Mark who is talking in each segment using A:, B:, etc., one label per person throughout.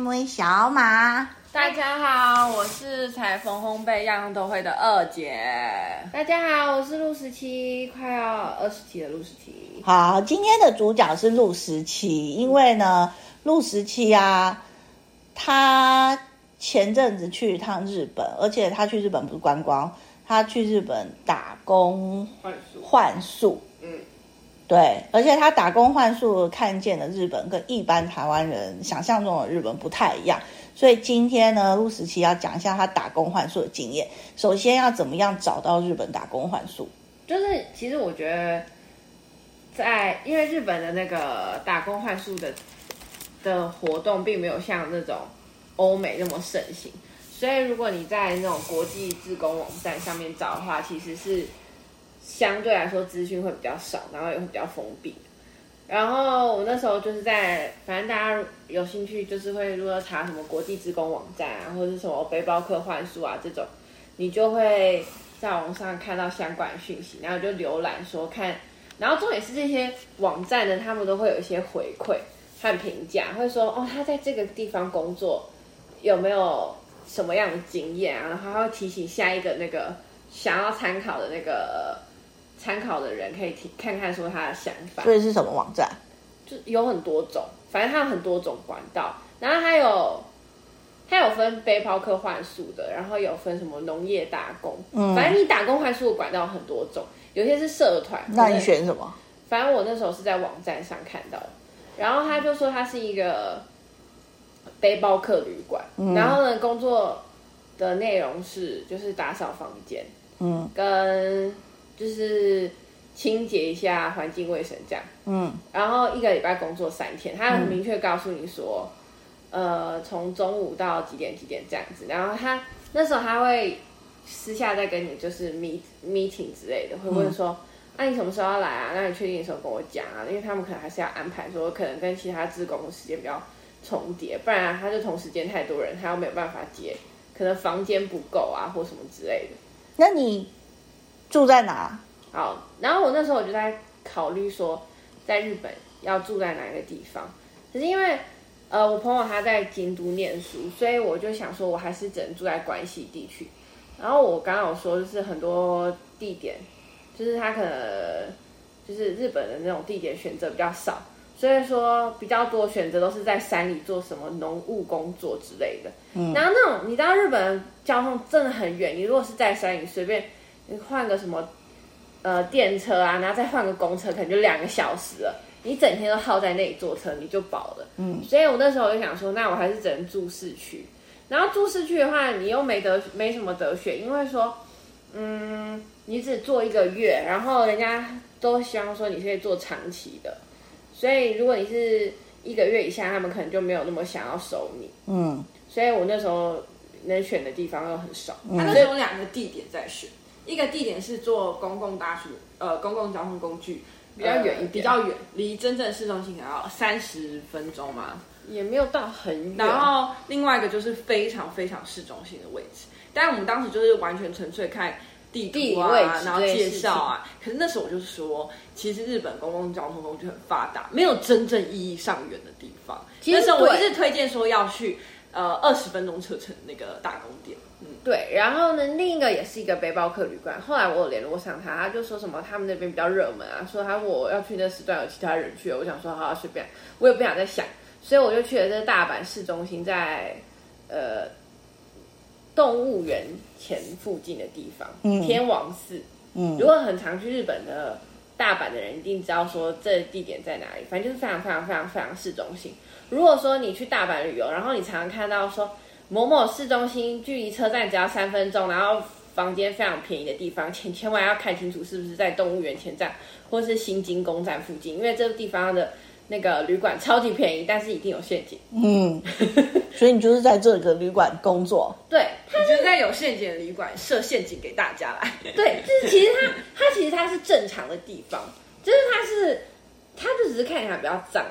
A: 妹小马，
B: 大家好，我是彩虹烘焙样样都会的二姐。
C: 大家好，我是陆十七，快要二十题的陆十七。
A: 好，今天的主角是陆十七，因为呢，陆十七啊，他前阵子去一趟日本，而且他去日本不是观光，他去日本打工
C: 换数，
A: 换宿，
C: 嗯，
A: 对，而且他打工换宿看见的日本跟一般台湾人想象中的日本不太一样，所以今天呢，陆十七要讲一下他打工换宿的经验。首先要怎么样找到日本打工换宿？
C: 就是其实我觉得在，因为日本的那个打工换宿的的活动，并没有像那种欧美那么盛行，所以如果你在那种国际自工网站上面找的话，其实是相对来说资讯会比较少，然后也会比较封闭。然后我那时候就是在，反正大家有兴趣就是哦会如果查什么国际职工网站啊，或者是什么背包客换宿啊这种，你就会在网上看到相关的讯息，然后就浏览说看，然后重点是这些网站呢，他们都会有一些回馈和评价，会说哦他在这个地方工作有没有什么样的经验啊，然后他会提醒下一个那个想要参考的那个参考的人可以提看看说他的想法。
A: 所以是什么网站？
C: 就有很多种，反正它有很多种管道，然后还有它有分背包客换宿的，然后有分什么农业打工，
A: 嗯
C: 反正你打工换宿的管道有很多种，有些是社团，
A: 那你
C: 有的
A: 选什么？
C: 反正我那时候是在网站上看到的，然后他就说他是一个背包客旅馆，
A: 嗯
C: 然后呢工作的内容是就是打扫房间，
A: 嗯，
C: 跟就是清洁一下环境卫生这样，
A: 嗯，
C: 然后一个礼拜工作三天，他很明确告诉你说，呃，从中午到几点几点这样子，然后他那时候他会私下再跟你就是 meet meeting 之类的，会问说。那、你什么时候要来啊？那你确定的时候跟我讲啊，因为他们可能还是要安排说，可能跟其他职工的时间比较重叠，不然、他就同时间太多人，他又没有办法接，可能房间不够啊，或什么之类的。
A: 那你住在哪？
C: 好，然后我那时候我就在考虑说，在日本要住在哪个地方，可是因为呃我朋友他在京都念书，所以我就想说我还是只能住在关西地区。然后我刚刚有说就是很多地点，就是他可能就是日本的那种地点选择比较少，所以说比较多选择都是在山里做什么农务工作之类的。然后那种你知道日本交通真的很远，你如果是在山里随便你换个什么呃电车啊，然后再换个公车，可能就两个小时了。你整天都耗在那里坐车，你就饱了。嗯，所以我那时候我就想说，那我还是只能住市区。然后住市区的话，你又没得没什么得选，因为说，嗯，你只做一个月，然后人家都希望说你是可以做长期的，所以如果你是一个月以下，他们可能就没有那么想要收你。
A: 嗯，
C: 所以我那时候能选的地方又很少。
A: 嗯
B: 他那时候有两个地点在选，一个地点是坐公共大学，呃，公共交通工具。比
C: 较远一点
B: 比较远，离真正市中心可能要三十分钟嘛。
C: 也没有到很远，
B: 然后另外一个就是非常非常市中心的位置，但我们当时就是完全纯粹看地图啊
C: 地理位置，
B: 然后介绍啊。可是那时候我就说，其实日本公共交通工具很发达，没有真正意义上远的地方。
C: 实
B: 那时候我一
C: 对
B: 直推荐说要去呃二十分钟车程那个大宫殿，嗯，
C: 对，然后呢，另一个也是一个背包客旅馆。后来我有联络上他，他就说什么他们那边比较热门啊，说他问我要去那时段有其他人去，我想说好、啊、随便，我也不想再想，所以我就去了这大阪市中心在，呃动物园前附近的地方，
A: 嗯
C: 天王寺。嗯，如果很常去日本的大阪的人，一定知道说这地点在哪里，反正就是非常非常非常非常市中心。如果说你去大阪旅游，然后你常常看到说某某市中心距离车站只要三分钟，然后房间非常便宜的地方，请千万要看清楚是不是在动物园前站或是新津宫站附近，因为这个地方的那个旅馆超级便宜，但是一定有陷阱。
A: 嗯，所以你就是在这个旅馆工作。
C: 对，它
B: 你就是在有陷阱的旅馆设陷阱给大家啦。
C: 对，就是其实它它其实它是正常的地方，就是它是它就只是看起来比较脏，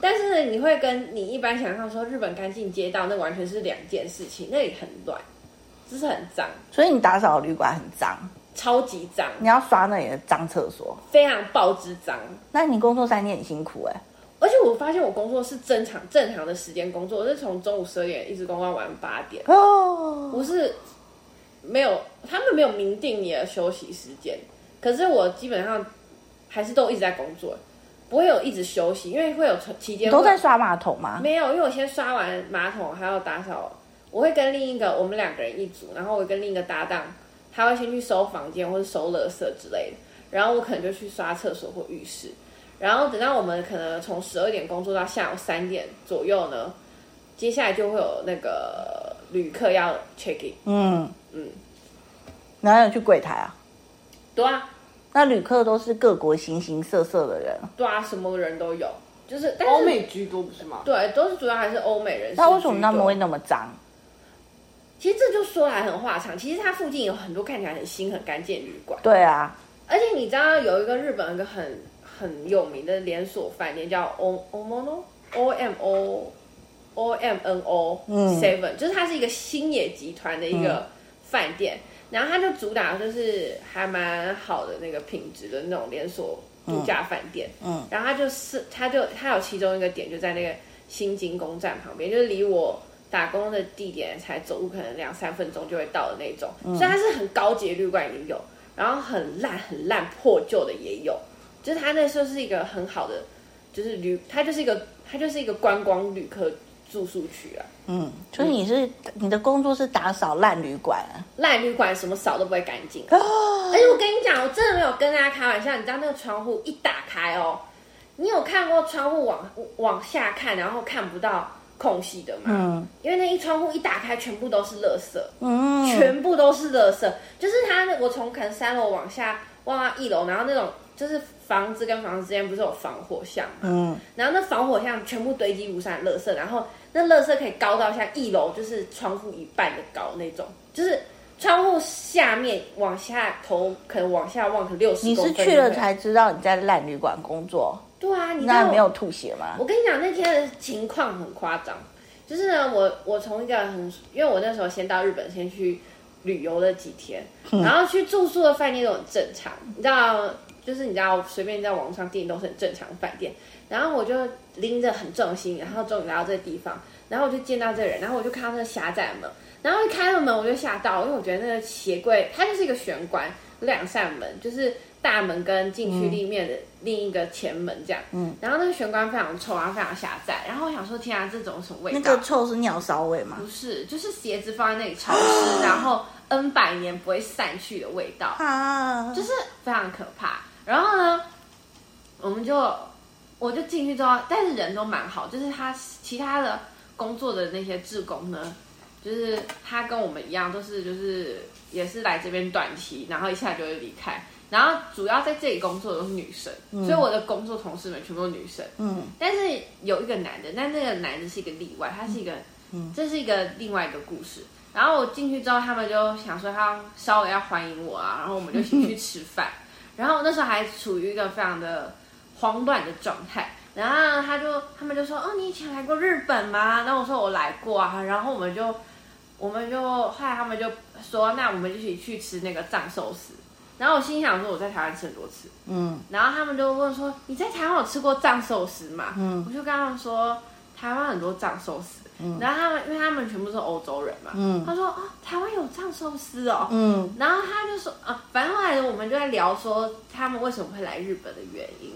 C: 但是你会跟你一般想象说日本干净街道那完全是两件事情，那里很乱，就是很脏，
A: 所以你打扫的旅馆很脏，
C: 超级脏，
A: 你要刷那里的脏厕所。
C: 非常爆之脏。
A: 那你工作三天很辛苦哎、
C: 而且
B: 是我发现我工作是正常正常的时间工作，我是从中午十二点一直工作到晚上八点，
A: 哦，
B: 不是没有他们没有明定你的休息时间，可是我基本上还是都一直在工作，不会有一直休息，因为会有期间
A: 你都
B: 会
A: 在刷马桶吗？
B: 没有，因为我先刷完马桶还要打扫，我会跟另一个我们两个人一组，然后我跟另一个搭档，他会先去收房间或者收垃圾之类的，然后我可能就去刷厕所或浴室，然后等到我们可能从十二点工作到下午三点左右呢，接下来就会有那个旅客要 check in，
A: 嗯
B: 嗯，
A: 哪有去柜台啊？
B: 对啊，
A: 那旅客都是各国形形色色的人，
B: 对啊，什么人都有，就是但是
C: 欧美居多不是吗？
B: 对都是主要还是欧美人士居多，
A: 那为什么他们会那么脏？
B: 其实这就说来很话长，其实它附近有很多看起来很新、很干净的旅馆，
A: 对啊，
B: 而且你知道有一个日本有一个很很有名的连锁饭店叫 O O M O N O O M O O M N O
A: 嗯
B: Seven，、就是它是一个星野集团的一个饭店，然后它就主打就是还蛮好的那个品质的那种连锁度假饭店，
A: 嗯，
B: 然后它就是它就它有其中一个点就在那个新金宫站旁边，就是离我。打工的地点才走路可能两三分钟就会到的那种，
A: 嗯
B: 所以它是很高级的旅馆也有，然后很烂很烂破旧的也有，就是它那时候是一个很好的，就是旅，它就是一个它就是一个观光旅客住宿区啊，
A: 嗯，所以你是、你的工作是打扫烂旅馆啊？
B: 烂旅馆什么扫都不会干净、啊。而且我跟你讲，我真的没有跟大家开玩笑，你知道那个窗户一打开哦，你有看过窗户往往下看，然后看不到空隙的吗？
A: 嗯
B: 因为那一窗户一打开，全部都是垃圾。
A: 嗯，
B: 全部都是垃圾，就是它那我从可能三楼往下望到一楼，然后那种就是房子跟房子之间不是有防火巷嘛，
A: 嗯，
B: 然后那防火巷全部堆积如山的垃圾，然后那垃圾可以高到像一楼就是窗户一半的高那种，就是窗户下面往下头可能往下望可六十
A: 你
B: 公
A: 是
B: 分就会，
A: 去了才知道你在烂旅馆工作，
B: 对啊，你知道
A: 那
B: 我
A: 没有吐血吗？
B: 我跟你讲，那天的情况很夸张，就是呢，我我从一个很，因为我那时候先到日本，先去旅游了几天，然后去住宿的饭店都很正常，你知道，就是你知道随便在网络上订都是很正常的饭店，然后我就拎着很重的行李，然后终于来到这个地方，然后我就见到这个人，然后我就看到那个狭窄的门，然后一开了门我就吓到，因为我觉得那个鞋柜它就是一个玄关，有两扇门，就是大门跟进
A: 嗯
B: 去立面的另一个前门这样，嗯，然后那个玄关非常臭啊，非常狭窄，然后我想说天啊，这种什么味道？
A: 那个臭是尿骚味吗？
B: 不是，就是鞋子放在那里潮湿，然后 N 百年不会散去的味道，
A: 啊，
B: 就是非常可怕。然后呢，我们就我就进去之后，但是人都蛮好，就是他其他的工作的那些志工呢，就是他跟我们一样，都是就是也是来这边短期，然后一下就会离开。然后主要在这里工作的都是女生，所以我的工作同事们全部都是女生。
A: 嗯，
B: 但是有一个男的，但那个男的是一个例外，他是一个，这是一个另外一个故事。然后我进去之后，他们就想说他要稍微要欢迎我啊，然后我们就一起去吃饭。然后我那时候还处于一个非常的慌乱的状态。然后他就他们就说，哦，你以前来过日本吗？然后我说我来过啊。然后我们就我们就后来他们就说，那我们就一起去吃那个藏寿司。然后我心想说，我在台湾吃很多次，
A: 嗯，
B: 然后他们就问说：“你在台湾有吃过藏寿司吗？”嗯，我就跟他们说，台湾很多藏寿司。然后他们因为他们全部是欧洲人嘛，
A: 嗯
B: 他说：“哦，台湾有藏寿司哦。
A: 嗯，
B: 然后他就说：“啊，反正后来我们就在聊说他们为什么会来日本的原因。”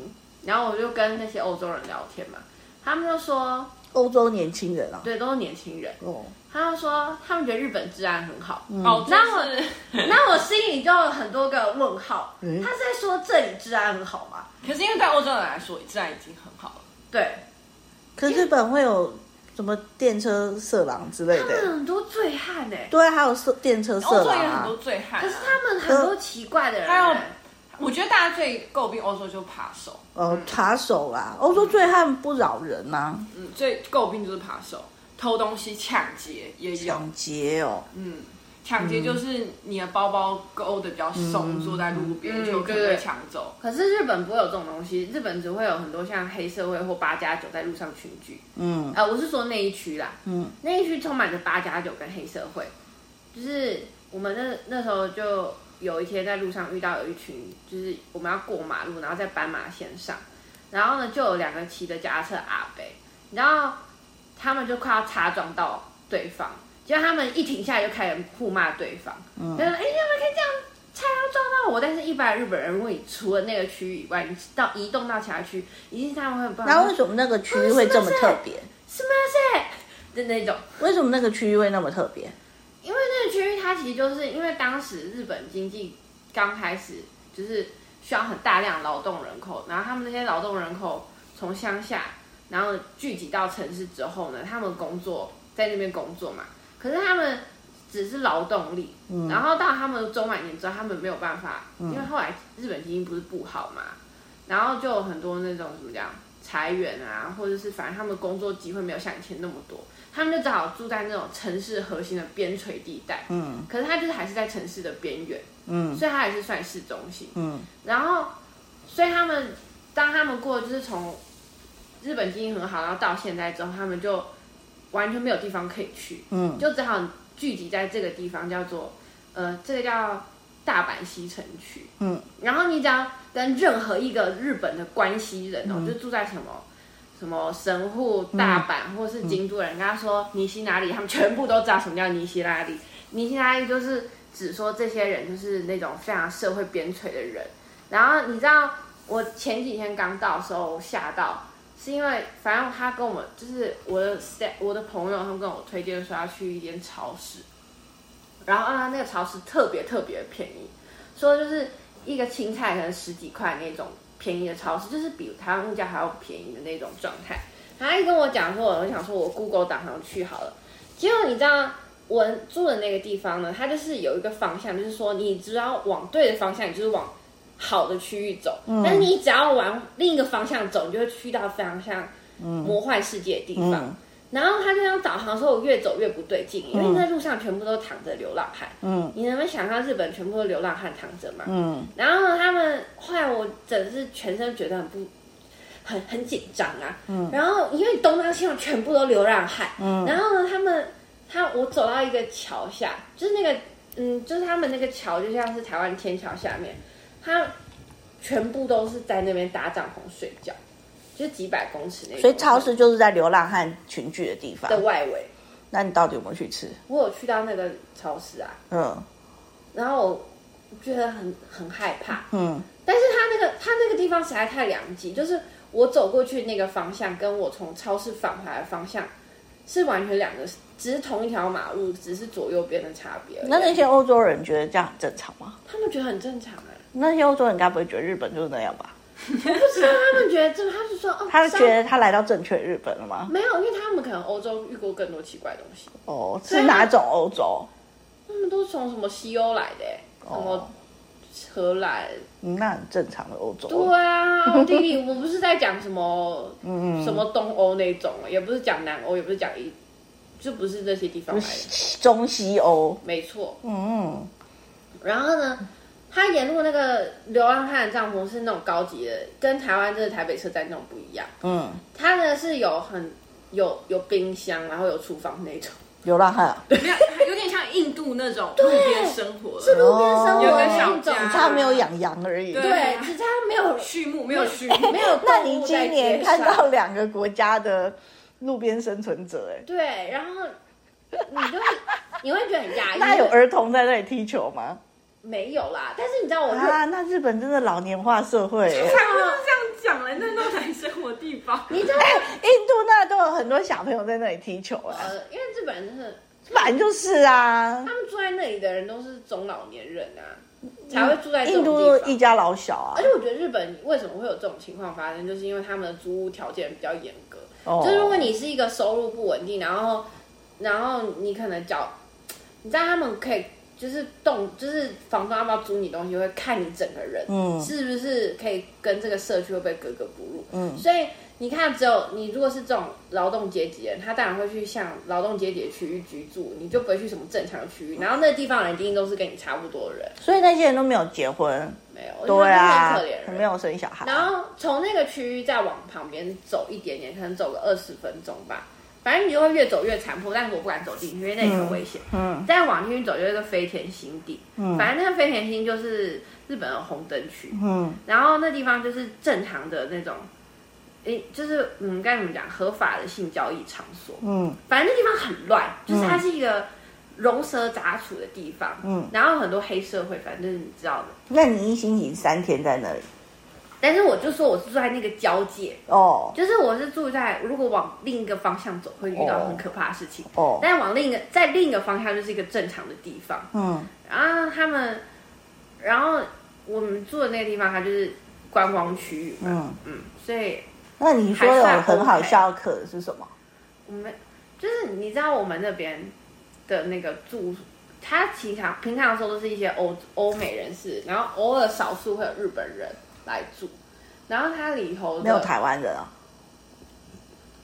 B: 然后我就跟那些欧洲人聊天嘛，他们就说：“
A: 欧洲年轻人啊，
B: 对，都是年轻人。”
A: 哦，
B: 他就说他们觉得日本治安很好。
C: 哦，
B: 嗯那我
C: 就是
B: 那我心里就有很多个问号，
A: 嗯
B: 他是在说这里治安很好吗？
C: 可是因为对欧洲人来说，自然已经很好了。
B: 对，
A: 可是日本会有什么电车色狼之类
B: 他们
A: 的？
B: 很多醉汉哎、
A: 对啊，还有色电车
C: 嗯欧
A: 色
C: 洲
A: 狼
C: 也很
A: 啊
C: 多。醉汉、
B: 可是他们很多奇怪的人、
C: 还有
B: 哎
C: 我觉得大家最诟病欧洲就是扒手，
A: 哦，扒手啦，欧洲醉汉不扰人呐、啊，
C: 嗯，最诟病就是扒手，偷东西、抢劫也有，
A: 抢劫哦，
C: 嗯，抢劫就是你的包包勾的比较松，坐在路边、
B: 嗯
C: 就有可能被抢走。
B: 可是日本不会有这种东西，日本只会有很多像黑社会或八加九在路上群聚。
A: 嗯
B: 啊、
C: 呃
B: 我是说那一区啦，
A: 嗯，
B: 那一区充满着八加九跟黑社会。就是我们那那时候就有一天在路上遇到有一群，就是我们要过马路，然后在斑马线上，
C: 然后呢，就有两个骑着脚踏车的阿伯，然后他们就快要擦撞到对方，结果他们一停下来就开始互骂对方，嗯，就说：“哎、你怎么可以这样差要撞到我？”但是一般的日本人，如果你除了那个区域以外，你到移动到其他区，一定是他们会很不好。
A: 那为什么那个区域会这么特别？
C: 什么是的那种，
A: 为什么那个区域会那么特别？
C: 因为那个区域它其实就是因为当时日本经济刚开始就是需要很大量劳动人口，然后他们那些劳动人口从乡下然后聚集到城市之后呢，他们工作在那边工作嘛，可是他们只是劳动力，然后到他们中晚年之后，他们没有办法，因为后来日本经济不是不好嘛，然后就有很多那种怎么讲裁员啊，或者是反正他们工作机会没有像以前那么多，他们就只好住在那种城市核心的边陲地带。
A: 嗯
C: 可是他就是还是在城市的边缘，
A: 嗯
C: 所以他还是算市中心。
A: 嗯
C: 然后，所以他们当他们过就是从日本经济很好，然后到现在之后，他们就完全没有地方可以去，
A: 嗯
C: 就只好聚集在这个地方，叫做呃，这个叫大阪西城区。
A: 嗯，
C: 然后你只要跟任何一个日本的关系人
A: 嗯
C: 哦，就住在什么什么神户、大阪、或是京都的人，跟他说尼西哪里，他们全部都知道什么叫尼西拉里。尼西拉里就是指说这些人就是那种非常社会边陲的人。然后你知道，我前几天刚到的时候我吓到，是因为反正他跟我就是我的 staff 我的朋友，他们跟我推荐说要去一间超市，然后啊那个超市特别特别便宜，说就是一个青菜可能十几块那种便宜的超市，就是比台湾物价还要便宜的那种状态。他一跟我讲说，我想说我 Google 导航去好了。结果你知道我住的那个地方呢，它就是有一个方向，就是说你只要往对的方向，你就是往好的区域走。但是你只要往另一个方向走，你就会去到非常像魔幻世界的地方。
A: 嗯
C: 然后他就像导航说，我越走越不对劲，因为那路上全部都躺着流浪汉。
A: 嗯
C: 你能不能想象日本全部都流浪汉躺着吗？
A: 嗯
C: 然后呢，他们后来我整是全身觉得很不很很紧张啊。嗯。然后因为东张西望全部都流浪汉。嗯。然后呢，他们他我走到一个桥下，就是那个嗯，就是他们那个桥就像是台湾天桥下面，他全部都是在那边搭帐篷睡觉，就是几百公尺那种。
A: 所以超市就是在流浪汉群聚的地方
C: 的。外围，
A: 那你到底有没有去吃？
C: 我有去到那个超市啊，
A: 嗯
C: 然后我觉得很很害怕。
A: 嗯
C: 但是它那个它那个地方实在太两极，就是我走过去那个方向，跟我从超市返回来的方向是完全两个，只是同一条马路，只是左右边的差别而已。
A: 那那些欧洲人觉得这样很正常吗？
C: 他们觉得很正常啊，
A: 那些欧洲人该不会觉得日本就是那样吧？
C: 不是啊他们觉得这，他是说哦，
A: 他
C: 上
A: 觉得他来到正确日本了吗？
C: 没有，因为他们可能欧洲遇过更多奇怪的东西，
A: 哦，是哪种欧洲？
C: 他们都是从什么西欧来的、什么
A: 哦，
C: 荷兰，
A: 嗯那很正常的欧洲。
C: 对啊，奥地利，我不是在讲什么
A: 嗯
C: 什么东欧那种，也不是讲南欧，也不是讲一，就不是那些地方来的。
A: 中西欧，
C: 没错。
A: 嗯
C: 然后呢，他沿路那个流浪汉的帐篷是那种高级的，跟台湾这个台北车站那种不一样。
A: 嗯，
C: 它呢是有很有有冰箱，然后有厨房那种，
A: 流浪汉啊，
B: 没有，有点像印度那种路边生活
C: 是
B: 的
C: 路边生活
A: 有
C: 的
A: 个
B: 小
C: 那种。
B: 家
A: 哦他没有养羊而已。
B: 对
C: 对，只是它没有
B: 畜牧，没有畜牧，
C: 没有。
A: 那你今年看到？两个国家的路边生存者、哎，
C: 对，然后你就会你会觉得很压抑。
A: 那有儿童在那里踢球吗？
C: 没有啦？但是你知道我是
A: 啊，那日本真的老年化社会、哎
B: 他们就是这样讲了，那都男生活地方。
C: 你知道我
A: 印度那都有很多小朋友在那里踢球、哎，
C: 呃，因为日本人真的。
A: 反正就是啊
C: 他，们住在那里的人都是中老年人啊，才会住在
A: 嗯
C: 这
A: 印
C: 种
A: 度都
C: 地
A: 一
C: 方。
A: 家老小啊
C: 而且。我觉得日本为什么会有这种情况发生，就是因为他们的租屋条件比较严格。
A: 哦
C: 就是如果你是一个收入不稳定，然后然后你可能缴，你知道他们可以就是动，就是房东要不要租你东西，会看你整个人，
A: 嗯
C: 是不是可以跟这个社区会不会格格不入，
A: 嗯
C: 所以你看，只有你如果是这种劳动阶级的人，他当然会去向劳动阶级的区域居住，你就不会去什么正常的区域，然后那个地方的人一定都是跟你差不多的人，
A: 所以那些人都没有结婚，
C: 没有，
A: 对啊
C: 我觉得他们是很可怜的，人
A: 没。有生小孩。
C: 然后从那个区域再往旁边走一点点，可能走个二十分钟吧。反正你就会越走越残破，但是我不敢走进去，因为那里很危险。
A: 嗯
C: 再往进去走就是个飞田新地，反正那个飞田新就是日本的红灯区，
A: 嗯
C: 然后那地方就是正常的那种
B: 诶，就是嗯，该怎么讲，合法的性交易场所。
A: 嗯
B: 反正那地方很乱，就是它是一个龙蛇杂处的地方，
A: 嗯，
B: 然后很多黑社会，反正你知道的。
A: 那你一星期三天在那里
B: 但是我就说我是住在那个交界，
A: 哦
B: 就是我是住在如果往另一个方向走会遇到
A: 哦
B: 很可怕的事情，
A: 哦，
B: 但往另一个在另一个方向就是一个正常的地方。
A: 嗯
B: 然后他们，然后我们住的那个地方它就是观光区域嘛，
A: 嗯，
B: 嗯，所以
A: 那你说有很好笑的可是什么？
B: 我们就是你知道我们那边的那个住，他平常平常的时候都是一些欧欧美人士，然后偶尔少数会有日本人来住，然后它里头的
A: 没有，台湾人啊，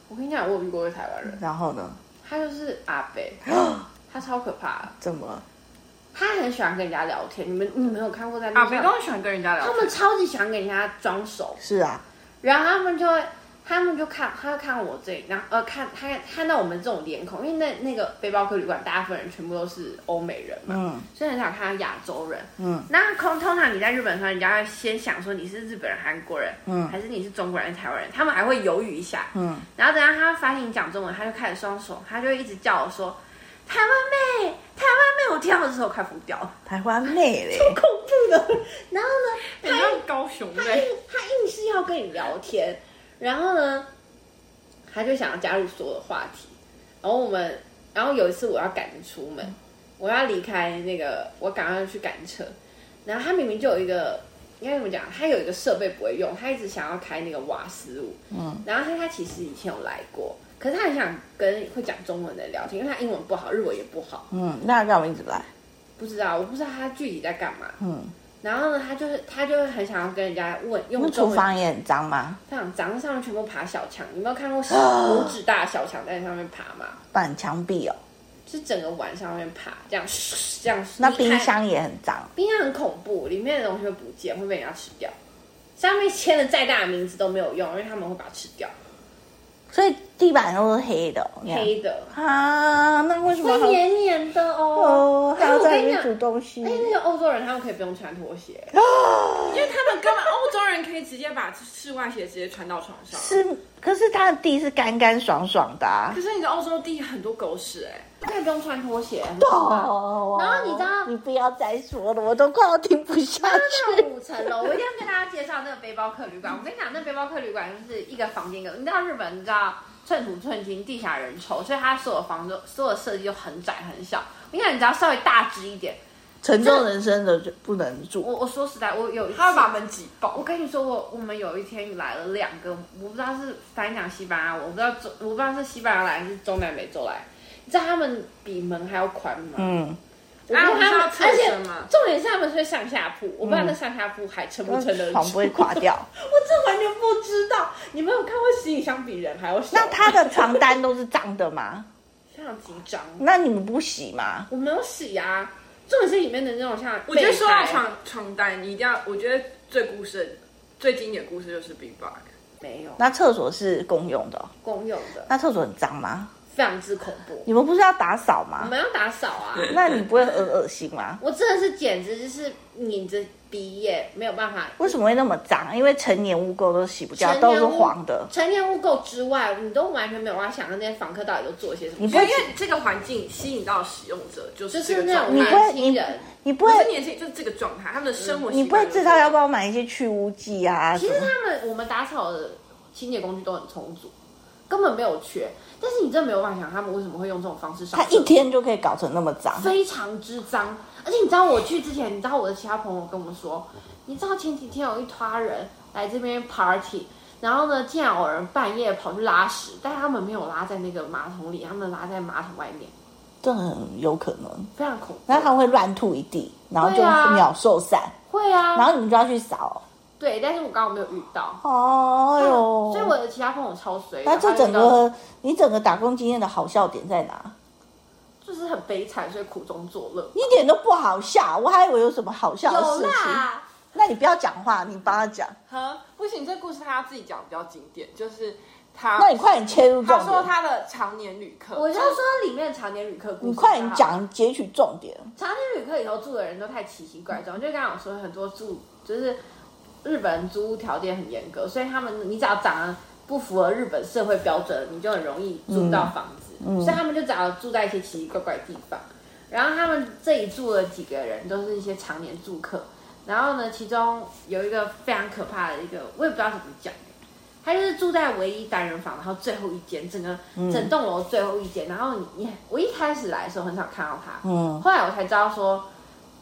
B: 我跟你讲，我有遇过一个台湾人，
A: 然后呢？
B: 他就是阿北，他超可怕的，
A: 怎么了？
B: 他很喜欢跟人家聊天，你们你们有看过在路
C: 阿
B: 上
C: 北都很喜啊欢跟人家聊
B: 他
C: 天，
B: 们超级喜欢跟人家装熟，
A: 是啊，
B: 然后他们就会，他们就看，他就看我这里，然后呃看他看到我们这种脸孔，因为那那个背包客旅馆大部分人全部都是欧美人嘛，
A: 嗯
B: 所以很少看到亚洲人。
A: 嗯
B: 那通通常你在日本的时候，人家会先想说你是日本人、韩国人，
A: 嗯
B: 还是你是中国人、台湾人，他们还会犹豫一下。
A: 嗯，
B: 然后等到他发现你讲中文，他就开始双手，他就会一直叫我说台湾妹，台湾妹，我听到的时候快疯掉了，
A: 台湾妹 嘞，
B: 恐怖的。然后呢，
C: 很像高雄
B: 他硬
C: 嘞，
B: 他硬是要跟你聊天，然后呢，他就想要加入所有的话题。然后我们，然后有一次我要赶着出门，我要离开那个，我赶快去赶车。然后他明明就有一个，应该怎么讲？他有一个设备不会用，他一直想要开那个瓦斯炉。
A: 嗯
B: 然后他他其实以前有来过，可是他很想跟会讲中文的人聊天，因为他英文不好，日文也不好，
A: 嗯，那让我一直来，
B: 不知道我不知道他具体在干嘛。
A: 嗯，
B: 然后呢，他就是他就会很想要跟人家问
A: 那
B: 用中
A: 厨
B: 文
A: 房也很脏吗？
B: 非常脏，上面全部爬小强，你没有 看过小拇指大的小强在上面爬吗？
A: 板墙壁哦，
B: 是整个晚上上面爬，这样 这样。
A: 那
B: 你看
A: 冰箱也很脏，
B: 冰箱很恐怖，里面的东西会不见，会被人家吃掉。上面签了再大的名字都没有用，因为他们会把它吃掉。
A: 所以地板都是黑的、哦，那样
B: 黑的，
A: 啊，那为什么
B: 会
A: 还
B: 黏黏的哦
A: 哦。还要
B: 我跟
A: 在
B: 你
A: 里面
B: 讲哎
A: 煮东西
B: 而？且那些欧洲人他们可以不用穿拖鞋，
C: 因为他们根本欧洲人可以直接把室外鞋直接穿到床上。
A: 是，可是它的地是干干爽爽的、啊
C: 可。是你的欧洲地很多狗屎哎、
B: 他可以不用穿拖鞋。
A: 哦
B: 然后你知道
A: 你不要再说了，我都快要听不下
B: 它 那
A: 去。
B: 种五层楼，我一定要跟大家介绍那个背包客旅馆。我跟你讲，那背包客旅馆就是一个房间一个，你知道日本，你知道寸土寸金，地狭人稠，所以它所有房子所有设计都很窄很小。我跟你讲，你只要稍微大只一点，
A: 沉重人生的就不能住，
B: 我我说实在，我有一次
C: 他会把门挤
B: 我
C: 爆。
B: 跟你说，我我们有一天来了两个，我不知道是翻讲西班牙文，我不知道中，我不知道是西班牙来还是中南美洲来。你知道他们比门还要宽吗？
A: 嗯，
B: 我不知道
C: 啊
B: 他们，
C: 我知道
B: 而且
C: 侧身嘛
B: 重点是他们睡上下铺，我不知道那上下铺还撑不撑 得住，
A: 床不会垮掉。
B: 我这完全不知道，你们有看过行李箱比人还要小？
A: 那它的床单都是脏的吗？
B: 非常紧张，
A: 那你们不洗吗？
B: 我没有洗啊。重点是里面的那种像，
C: 我觉得说到床床单，你一定要，我觉得最故事、最经典的故事就是 Big Bang。
B: 没有
A: 那厕所是公用的哦、
B: 公用的，
A: 那厕所很脏吗？
B: 非常之恐怖。
A: 你们不是要打扫
B: 我
A: 吗？
B: 们要打扫啊！
A: 那你不会很恶心吗？
B: 我真的是简直就是抿着鼻也没有办法。
A: 为什么会那么脏？因为成年污垢都洗不掉，
B: 成
A: 都
B: 年
A: 是
B: 污
A: 黄的。
B: 成年污垢之外，你都完全没有办法想象那些房客到底都做些什么
A: 你
B: 事。
A: 不
C: 因
A: 会
C: 为这个环境吸引到使用者就是
B: 就
C: 这
B: 是
C: 个
B: 那
C: 状
B: 种
A: 你
C: 态，
A: 会
B: 年轻人，
A: 你不
C: 不
A: 会，
C: 是年轻，就是这个状态，他们的生活习惯
A: 你不会
C: 就是
A: 知道要不要买一些去污剂啊？
B: 其
A: 什
B: 实
A: 么？
B: 他们我们打扫的清洁工具都很充足，根本没有缺。但是你真的没有办法想他们为什么会用这种方式上
A: 他
B: 厕所。
A: 一天就可以搞成那么脏，
B: 非常之脏。而且你知道我去之前，你知道我的其他朋友跟我说，你知道前几天有一团人来这边 party，然后呢，竟然有人半夜跑去拉屎，但他们没有拉在那个马桶里，他们拉在马桶外面，
A: 这很有可能。
B: 非常恐怖
A: 那。他会乱吐一地，然后就
B: 对啊
A: 鸟兽散，
B: 会
A: 然
B: 啊，
A: 后你就要去扫。
B: 对，但是我刚好没有遇到。
A: 哦哎呦，
B: 啊所以我的其他朋友超衰的，
A: 那这
B: 他遇
A: 整
B: 到
A: 个你整个打工经验的好笑点在哪？
B: 就是很悲惨，所以苦中作乐。
A: 一点都不好笑，我还以为有什么好笑的
B: 有
A: 事情。
B: 啦，
A: 那你不要讲话，你帮他讲。
C: 啊，不行，这故事他自己讲比较经典，就是他
A: 那你快点切入重
C: 他说
A: 点，
C: 他的常年旅客，
B: 我就说里面的常年旅客故事，
A: 你快点讲，截取重点。
B: 常年旅客里头住的人都太奇形怪状，就刚刚我说很多住就是日本租屋条件很严格，所以他们你只要长得不符合日本社会标准，你就很容易租不到房子，所以他们就只好住在一些奇奇怪怪的地方。然后他们这里住了几个人，都是一些常年住客。然后呢，其中有一个非常可怕的一个，我也不知道怎么讲，他就是住在唯一单人房，然后最后一间，整个整栋楼最后一间。然后你你我一开始来的时候很少看到他，
A: 嗯
B: 后来我才知道说，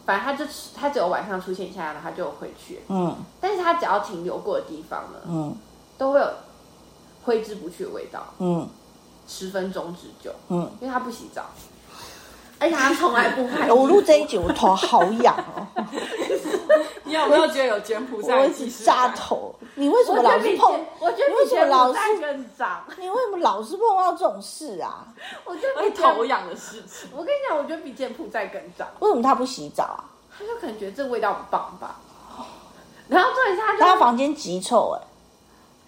B: 反正他就他只有晚上出现一下，然后他就回去了。
A: 嗯
B: 但是他只要停留过的地方呢，
A: 嗯
B: 都会有挥之不去的味道，
A: 嗯
B: 十分钟之久，
A: 嗯。
B: 因为他不洗澡，而且他从来不换衣服。
A: 我录这一集，我头好痒哦，
C: 你有没有觉得有柬埔寨
A: 我
C: 的
A: 一直
C: 即视
A: 扎
C: 感？
A: 头。你为什
B: 我
A: 么
B: 觉
A: 老
B: 得
A: 是
B: 比
A: 碰？
B: 柬，我觉得
A: 你为
B: 比
A: 什么
B: 柬
A: 老
B: 埔
A: 是？
B: 寨更脏。
A: 你为什么老是碰到这种事啊？
B: 我觉得
C: 会
B: 比柬
C: 头痒的事情。
B: 我跟你讲，我觉得比柬埔寨更脏。
A: 为什么他不洗澡啊？
B: 他就可能觉得这味道很棒吧。然后重点是他就
A: 他房间极臭哎、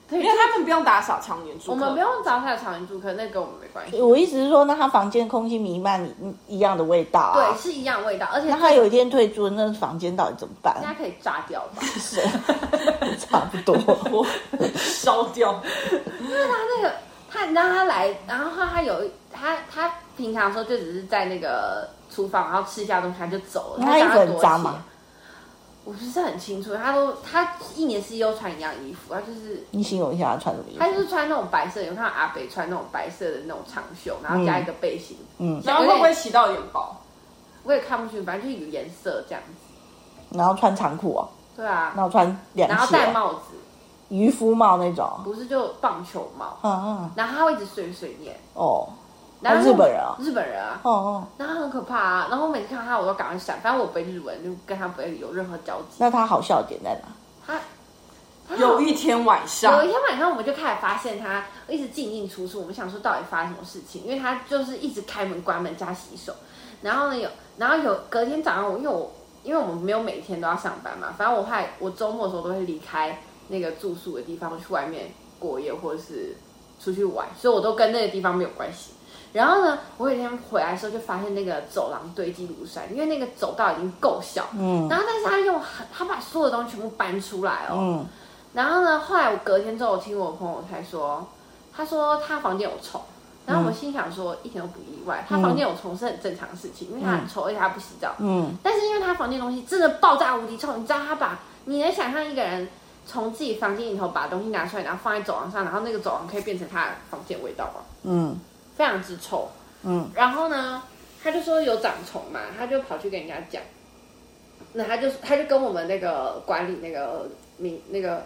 B: 对
C: 因为他们不用打扫常年住客，
B: 我 们不用找他的常年住客，那跟我们没关系。
A: 我意思是说，那他房间空气弥漫一一样的味道啊
B: 对，。是一样的味道，而且
A: 那他有一天退租，那房间到底怎么办
B: 应？该可以炸掉吧？
A: 是 差不多。
C: 我烧掉。
B: 他那个他，你知道他来，然后他他有他他平常的时候就只是在那个厨房，然后吃一下东西他就走了。
A: 那他衣
B: 想
A: 服
B: 要
A: 很
B: 躲
A: 脏
B: 起
A: 吗？
B: 我不是很清楚，他都他一年四季都穿一样衣服，他就是
A: 你形容一下他穿什么衣
B: 他就
A: 服？
B: 是穿那种白色，有看到阿北穿那种白色的那种长袖，然后加一个背心，
A: 嗯，
C: 然后会不会洗到脸薄？
B: 我也看不清，反正就是有颜色这样子。
A: 然后穿长裤哦，
B: 对啊，
A: 然后穿凉
B: 然后
A: 鞋
B: 戴
A: 哦，
B: 帽子，
A: 渔夫帽那种。
B: 不是就棒球帽，
A: 嗯嗯
B: 然后他会一直碎碎念。
A: 哦
B: 然后
A: 日本人啊
B: 日本人啊，
A: 哦哦，
B: 然后他很可怕啊。然后我每次看到他，我都赶快闪，反正我不会日文，就跟他不会有任何交集。
A: 那他好笑的点在哪？
B: 他他
C: 有一天晚上
B: 啊有一，天晚上，我们就开始发现他一直进进出出。我们想说到底发生什么事情，因为他就是一直开门、关门加洗手。然后呢，有然后有隔天早上我，因为我因为我们没有每天都要上班嘛，反正我还我周末的时候都会离开那个住宿的地方，去外面过夜或者是出去玩，所以我都跟那个地方没有关系。然后呢，我有一天回来的时候就发现那个走廊堆积如山，因为那个走道已经够小，
A: 嗯
B: 然后但是他用很他把所有东西全部搬出来哦，
A: 嗯
B: 然后呢，后来我隔天之后，我听我朋友才说，他说他房间有虫。然后我心想说，一点都不意外，他房间有虫是很正常的事情，因为他
C: 嗯
B: 很臭，而且他不洗澡。
A: 嗯
B: 但是因为他房间东西真的爆炸无敌臭，你知道他把你能想象一个人从自己房间里头把东西拿出来，然后放在走廊上，然后那个走廊可以变成他的房间味道吗？
A: 嗯
B: 非常之臭。
A: 嗯
B: 然后呢，他就说有长虫嘛，他就跑去跟人家讲，那他就他就跟我们那个管理那个民那个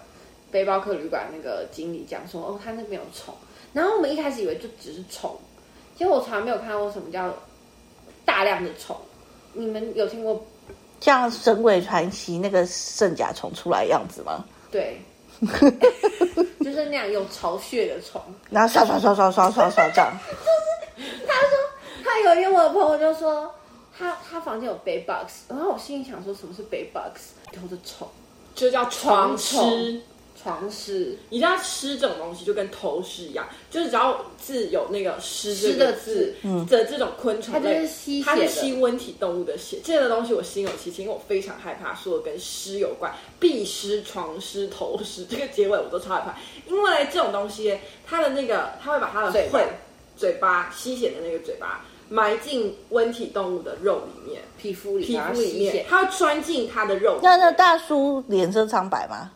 B: 背包客旅馆那个经理讲说，哦，他那边有虫。然后我们一开始以为就只是虫，结果我从来没有看过什么叫大量的虫。你们有听过？
A: 像《神鬼传奇》那个圣甲虫出来的样子吗？
B: 对，就是那样有巢穴的虫。
A: 然后刷刷刷刷刷刷刷这样，
B: 他有一天，我的朋友就说他他房间有 bed bugs，然后我心里想说什么是 bed bugs？有的虫，
C: 就叫床
B: 床
C: 虱。
B: 床是
C: 你知道“虱”这种东西就跟头虱一样，就是只要字有那个“虱”这
B: 虱的
C: 个
B: 字
C: 字的这种昆虫
B: 它就
C: 类，
B: 是吸
C: 它
B: 血
C: 是
B: 的
C: 吸温体动物的血。这个东西我心有戚戚，因为我非常害怕所有跟虱有关，壁虱、床虱、头虱，这个结尾我都超害怕，因为这种东西它的那个它会把它的
B: 嘴巴
C: 喙、嘴巴吸血的那个嘴巴埋进温体动物的肉里面。
B: 皮肤里
C: 皮
B: 面
C: 肤里
B: 吸
C: 面
B: 血，，
C: 它会钻进它的肉里面。
A: 那那大叔脸色苍白吗？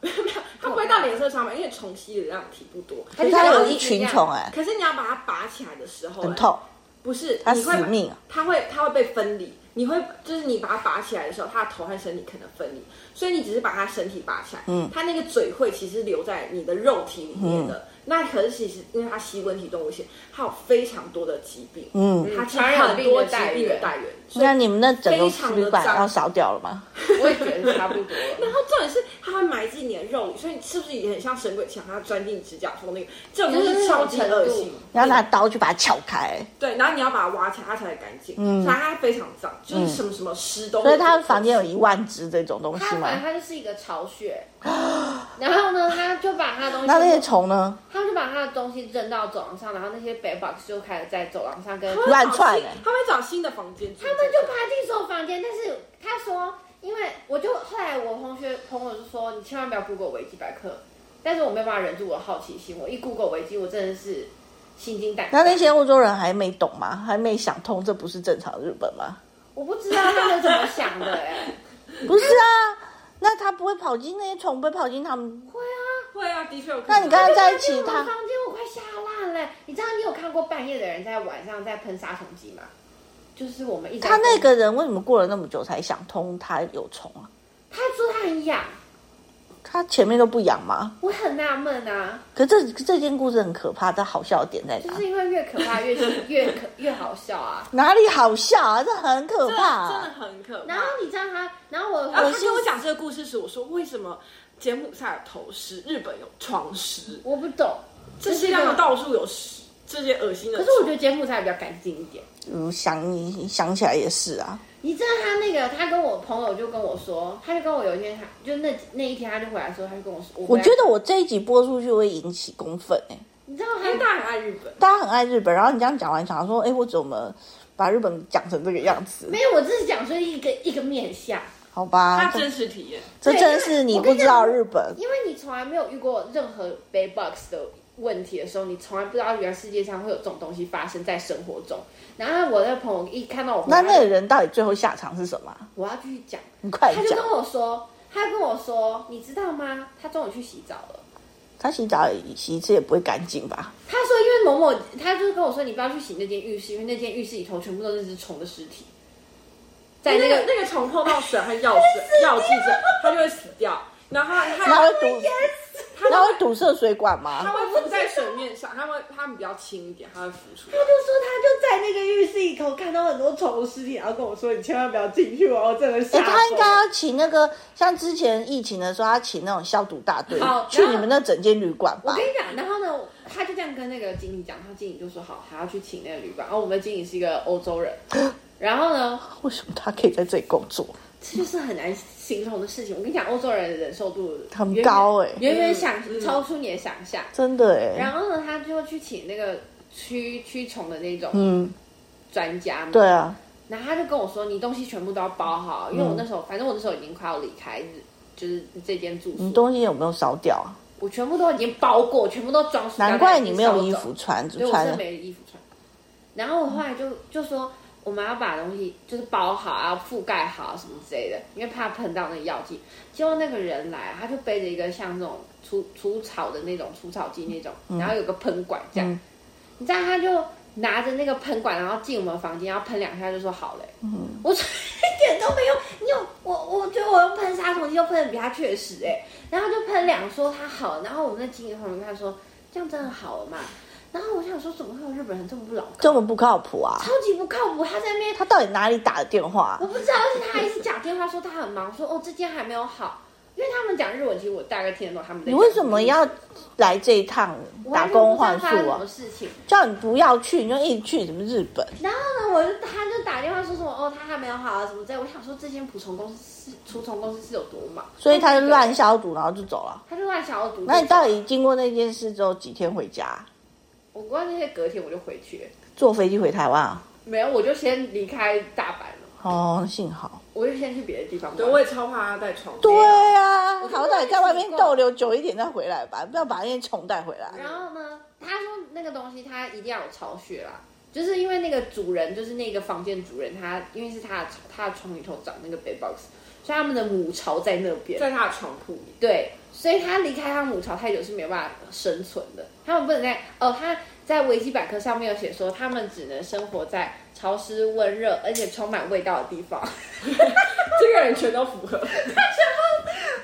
C: 它不会到脸色上吧，因为虫吸的量体不多。
B: 它
A: 可
B: 就是
A: 它
B: 像
A: 有
B: 一
A: 一群
B: 样
A: 虫哎，
C: 可是你要把它拔起来的时候，哎
A: 很痛，
C: 不是
A: 它
C: 你会
A: 死
C: 把
A: 命啊
C: 它会它会被分离，你会就是你把它拔起来的时候，它的头和身体可能分离，所以你只是把它身体拔起来，嗯，它那个嘴会其实留在你的肉体里面的。
A: 嗯
C: 那可是其实因为它吸温体动物血，它有非常多的疾病，
A: 嗯。
C: 它是
B: 传染
C: 很
B: 病
C: 多
B: 的
C: 疾
B: 代
C: 病的
B: 源
C: 代源，所以
A: 那你们那整个
C: 非常的
A: 旅馆
C: 脏
A: 要烧掉了吗？
B: 我也觉得差不多了。
C: 然后重点是它会埋进你的肉里，所以你是不是也很像神鬼强，它钻进你指甲缝那个？这种就是超级恶心。
A: 你要拿刀去把它撬开，
C: 对，然后你要把它挖起来，它才干净。嗯，所以它非常脏，就是什么什么湿都会。
A: 嗯所以他房间有一万只这种东西
B: 他
A: 吗
B: 反？正他就是一个巢穴，然后呢，他就把他的东西，
A: 那那些虫呢？
B: 他就把他的东西扔到走廊上，然后那些 bed bugs 就开始在走廊上跟
A: 乱窜欸
C: 他们找新的房间住，他
B: 他们就爬进所有房间，但是他说，因为我就后来我同学朋友就说，你千万不要 Google 维基百科，但是我没有办法忍住我的好奇心，我一 Google 维基，我真的是心惊胆
A: 那
B: 战。
A: 那些欧洲人还没懂吗？还没想通这不是正常的日本吗？
B: 我不知道他们怎么想的哎、
A: 不是啊，那他不会跑进那些虫，不会跑进他们
B: 会啊，
C: 会啊，的确有可能。
A: 那你刚刚在一起
B: 我
A: 他
B: 房间我快吓烂了欸。你知道你有看过半夜的人在晚上在喷杀虫剂吗？就是我们一直在
A: 他那个人为什么过了那么久才想通他有虫啊？
B: 他说他很痒，
A: 他前面都不养吗？
B: 我很纳闷啊，
A: 可这这件故事很可怕，它好笑的点在
B: 就
A: 哪
B: 是？因为越可怕越越可越好笑啊。
A: 哪里好笑啊？这很可
C: 真
A: 怕、
C: 的真的
A: 啊。
C: 很可怕。
B: 然后你知道他，然后我
C: 然后
B: 我
C: 他跟我讲这个故事时，我说为什么柬埔寨有头虱，日本有床虱，
B: 我不懂，
C: 这世界上到处有虱，这些恶心的
B: 可
C: 虫。
B: 是我觉得柬埔寨比较干净一点。
A: 嗯，想你想起来也是啊。
B: 你知道他那个，他跟我朋友就跟我说，他就跟我有一天，他就那那一天他就回来说，他就跟我说，
A: 我
B: 我
A: 觉
B: 回来
A: 得我这一集播出去会引起公愤哎、
B: 你知道
C: 因为
B: 他
C: 大家很爱日本，
A: 大家很爱日本，然后你这样讲完，想说，哎、我怎么把日本讲成这个样子？
B: 没有，我只是讲说一个一个面相。
A: 好
C: 他
A: 吧，
C: 真实体验。
A: 这
B: 对
A: 真的是你不知道日本。
B: 因为你从来没有遇过任何 b a y box 的问题的时候，你从来不知道原来世界上会有这种东西发生在生活中。然后我的朋友一看到我回
A: 那
B: 来，
A: 那个人到底最后下场是什么啊？
B: 我要继续讲，
A: 你快
B: 他就
A: 讲
B: 跟！我说，他跟我说，你知道吗？他中午去洗澡了。
A: 他洗澡洗一次也不会干净吧？
B: 他说，因为某某，他就是跟我说，你不要去洗那间浴室，因为那间浴室里头全部都是只虫的尸体，在
C: 那
B: 哎那
C: 个
B: 个
C: 那个虫碰到水和药水、药剂这，它就会死掉。然后它
A: 那会
C: 它
A: 堵，那会堵塞水管
C: 它
A: 吗？
C: 会浮在水面上，它会它们比较轻一点，它会浮出来
B: 他。就说他就在那个浴室里头看到很多虫的尸体，然后跟我说你千万不要进去哦，我真的吓
A: 哎、
B: 疯了。
A: 他应该要请那个，像之前疫情的时候，他请那种消毒大队
B: 好
A: 去
B: 哦然后
A: 你们那整间旅馆
B: 我
A: 吧
B: 跟。你讲，然后呢，他就这样跟那个经理讲，他经理就说好，还要去请那个旅馆。哦然后我们的经理是一个欧洲 人，然后呢，
A: 为什么他可以在这里工作？
B: 这就是很难形容的事情。我跟你讲，欧洲人的忍受度
A: 很
B: 远远
A: 高欸
B: 远远想、
C: 嗯嗯
B: 超出你的想象。
A: 真的哎、
B: 然后呢，他就去请那个驱驱虫的那种
A: 嗯，
B: 专家嘛，
A: 对啊，
B: 然后他就跟我说，你东西全部都要包好，因为我那时候，反正我那时候已经快要离开日，就是这间住
A: 你
B: 宿，
A: 东西有没有烧掉啊？
B: 我全部都已经包过，全部都装塑料袋
A: 难怪
B: 已经
A: 你没有
B: 收
A: 衣
B: 走
A: 服穿，
B: 所
A: 只
B: 以我
A: 穿
B: 是
A: 了
B: 没衣服穿。然后我后来就就说，我们要把东西就是包好啊，覆盖好什么之类的，因为怕喷到那个药剂。结果那个人来，他就背着一个像这种除除草的那种除草剂那种，然后有个喷管这样。
A: 嗯
B: 你知道他就拿着那个喷管，然后进我们房间，然后喷两下就说好嘞、
A: 嗯
B: 我说 一点都没有，你有我，我觉得我用喷杀虫剂又喷的比他确实哎、然后就喷两说他好，然后我们的经理朋友跟他说这样真的好了嘛，然后我想说怎么会有日本人这么不老
A: 这
B: 靠，
A: 么不靠谱啊！
B: 超级不靠谱，他在那边
A: 他到底哪里打的电话啊
B: 我？不知道，而且他还一直讲电话说他很忙，说哦这间还没有好，因为他们讲日文，其实我大概听得懂他们在
A: 你
B: 讲
A: 为什么要来这一趟
B: 我
A: 打
B: 完全不
A: 工
B: 知道
A: 换
B: 发生
A: 宿
B: 什
A: 啊
B: 么？事情？
A: 叫你不要去，你就一直去什么日本？
B: 然后呢，我就他就打电话说什么哦，他还没有好啊什么之类。我想说这间捕虫公司是除虫公司是有多忙，
A: 所以他就乱，消毒，然后就走了。
B: 他就乱想要毒。
A: 那你到底经过那件事之后几天回家？啊
B: 我关键是隔天我就回去了，
A: 坐飞机回台湾啊？
B: 没有我就先离开大阪了，
A: 哦，幸好。
B: 我就先去别的地方玩。
C: 对，我也超怕它带虫。
A: 对啊，
B: 我就
A: 好
B: 问
A: 歹
B: 你
A: 在外面
B: 习惯
A: 逗留久一点再回来吧，不要把那些虫带回来。
B: 然后呢，他说那个东西他一定要有巢穴啦，就是因为那个主人，就是那个房间主人，他因为是他的他的床里头长那个 b a b o x 所以他们的母巢在那边。
C: 在它的床铺里，
B: 对，所以他离开他母巢太久是没有办法生存的。他们不能在哦，他在维基百科上面有写说，他们只能生活在潮湿、温热而且充满味道的地 方。
C: 这个人全都符合。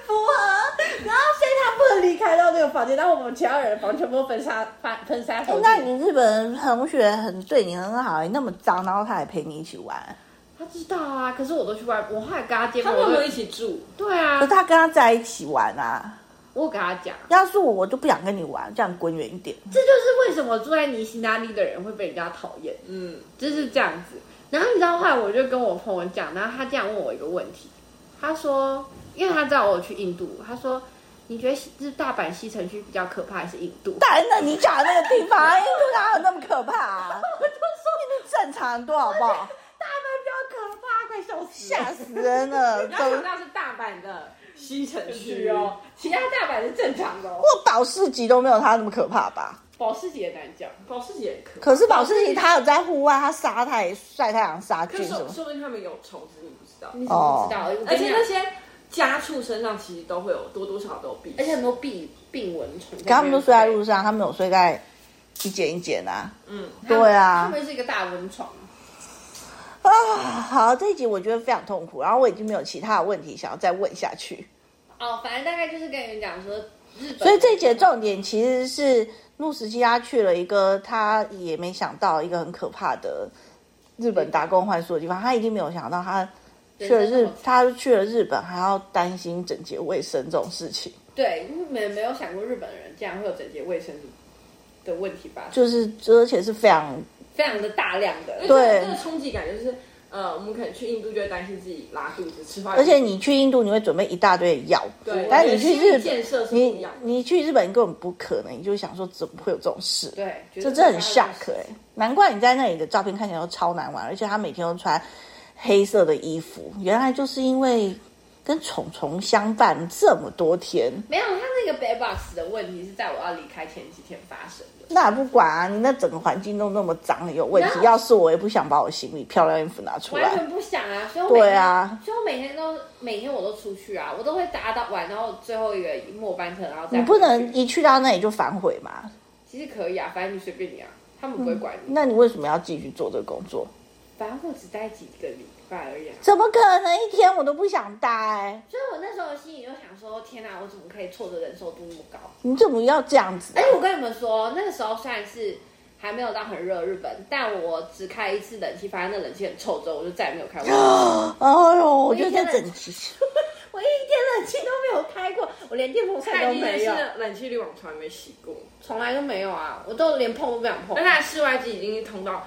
B: 符
A: 啊
B: 合，然后所以他不能离开到那个房间，但我们其他人的房全部都喷沙喷喷沙
A: 哎
B: 头
A: 那你日本同学很对你很好，你哎那么脏，然后他还陪你一起玩，
B: 他知道啊，可是我都去外，我后来跟他见
C: 他
B: 面，
C: 们有
B: 我
C: 没
B: 就
C: 有一起住？
B: 对
A: 可是
B: 啊，
A: 他跟他在一起玩啊。
B: 我有跟他讲，
A: 要是我，我就不想跟你玩，这样滚远一点。
B: 这就是为什么住在尼西那利的人会被人家讨厌。
C: 嗯，
B: 就是这样子。然后你知道，后来我就跟我朋友讲，然后他这样问我一个问题，他说，因为他知道我有去印度，他说，你觉得西是大阪西城区比较可怕还是印度？
A: 但那你讲的那个地方，印度哪有那么可怕啊？ 我就说印度正常多好不好？
B: 大阪比较可怕，快笑死！
A: 吓死人了！
C: 你要想
A: 都
C: 到是大阪的西城区
B: 是哦，其他大阪是正常的哦。
A: 不过保时捷都没有它那么可怕吧？
B: 保时捷也难讲，
C: 保时捷也可以，
A: 可是保时捷它有在户外，它沙太晒太阳杀
C: 可
A: 菌
C: 是
A: 什
C: 说
A: 么，
C: 说不定他们有虫子，你不知道。
B: 你怎么不知道？我
C: 而
B: 跟你
C: 且
B: 讲
C: 那，些家畜身上其实都会有多多少少都有病，
B: 而且很多病病蚊虫，
A: 可他们都睡在路上，他们有睡在一间一间啊。
C: 嗯，
B: 他们，
A: 对啊
B: 他们是一个大蚊床。
A: 啊，好，这一集我觉得非常痛苦，然后我已经没有其他的问题想要再问下去，
B: 哦，反正大概就是跟你们讲说，日本
A: 所以这一集的重点其实是怒石基他去了一个他也没想到一个很可怕的日本打工换宿的地方，他一定没有想到他去了日，他去了日本还要担心整洁卫生这种事情，
B: 对，因为没没有想过日本人竟然会有整洁卫生的问题吧？
A: 就是而且是非常
B: 非常的大量的，
A: 对
C: 那个冲击感就是，呃，我们可能去印度就会担心自己拉肚子、吃饭，
A: 而且你去印度，你会准备一大堆的药，
C: 对，
A: 但你去
C: 心理
A: 日
C: 建设是不一
A: 你
C: 样的。
A: 你去日本你根本不可能，你就想说怎么会有这种事？
B: 对，
A: 这真的很 shock
B: 吓
A: 哎、难怪你在那里的照片看起来都超难玩，而且他每天都穿黑色的衣服，原来就是因为跟虫虫相伴这么多天。
B: 没有，他那个 bed box 的问题是在我要离开前几天发生的。
A: 那也不管啊，你那整个环境都那么脏，有问题。
B: 那
A: 要是我也不想把我行李漂亮衣服拿出
B: 完
A: 来。
B: 全不想啊，所以我每天
A: 对啊，
B: 所以我每天都每天我都出去啊，我都会搭到晚，然后最后一个末班车，然后再
A: 你不
B: 回
A: 能
B: 去，
A: 一去到那里就反悔嘛？
B: 其实可以啊，反正你随便你啊，他们不会管你，
A: 嗯那你为什么要继续做这个工作？
B: 反正我只待几个礼拜而已啊。
A: 怎么可能一天我都不想待？
B: 所以我那时候心里就想说，天哪、我怎么可以挫折忍受度那么高？
A: 你怎么要这样子啊、
B: 而且我跟你们说，那个时候虽然是还没有到很热的日本，但我只开一次冷气，发现那冷气很臭，之后我就再也没有开过冷气。
A: 哎呦，我
B: 一
A: 觉得
B: 天
A: 这
B: 的
A: 整集
B: 我一天 冷气都没有开过，我连电风扇
C: 看
B: 都
C: 你
B: 没有，
C: 的冷气滤网从来没洗过，
B: 从来都没有啊，我都连碰都不想碰
C: 但。它的室外机已经通到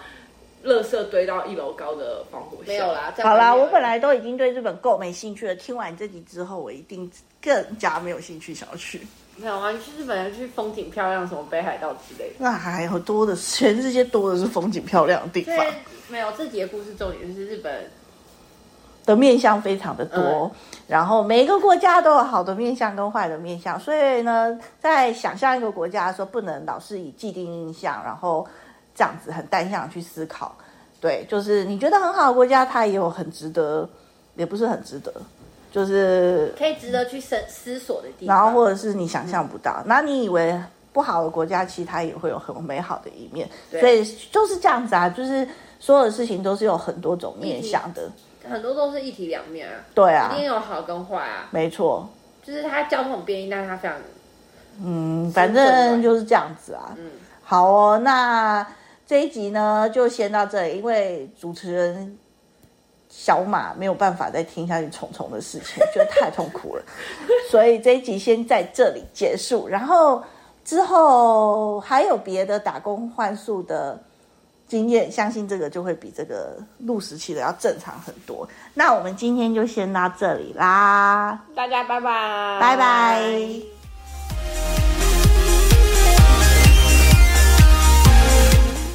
C: 垃圾堆到一楼高的防火线。
B: 没有，啦，在
A: 好啦，
B: 外面而已
A: 我本来都已经对日本够没兴趣了，听完这集之后，我一定更加没有兴趣想要去。
B: 没有啊，你去日本去风景漂亮，什么北海道之类的。
A: 那还有哎多的，全世界多的是风景漂亮的地
B: 所
A: 方
B: 以没有这集的故事重点就是日本，
A: 的面相非常的多，
B: 嗯
A: 然后每一个国家都有好的面相跟坏的面相，所以呢，在想象一个国家的时候，不能老是以既定印象，然后这样子很单向地去思考。对，就是你觉得很好的国家，它也有很值得，也不是很值得，就是
B: 可以值得去思思索的地方。
A: 然后或者是你想象不到，那、你以为不好的国家，其实它也会有很美好的一面，所以就是这样子啊，就是所有的事情都是有很多种面向的，
B: 很多都是一体两面啊，
A: 对
B: 一
A: 啊，
B: 定有好跟坏啊。
A: 没错，
B: 就是它交通很便利，但是它非常
A: 嗯，反正就是这样子啊，
B: 嗯，
A: 好哦，那这一集呢就先到这里，因为主持人。小马没有办法再听下去虫虫的事情，觉得太痛苦了， 所以这一集先在这里结束。然后之后还有别的打工换宿的经验，相信这个就会比这个录时期的要正常很多。那我们今天就先到这里啦，
B: 大家拜拜，
A: 拜拜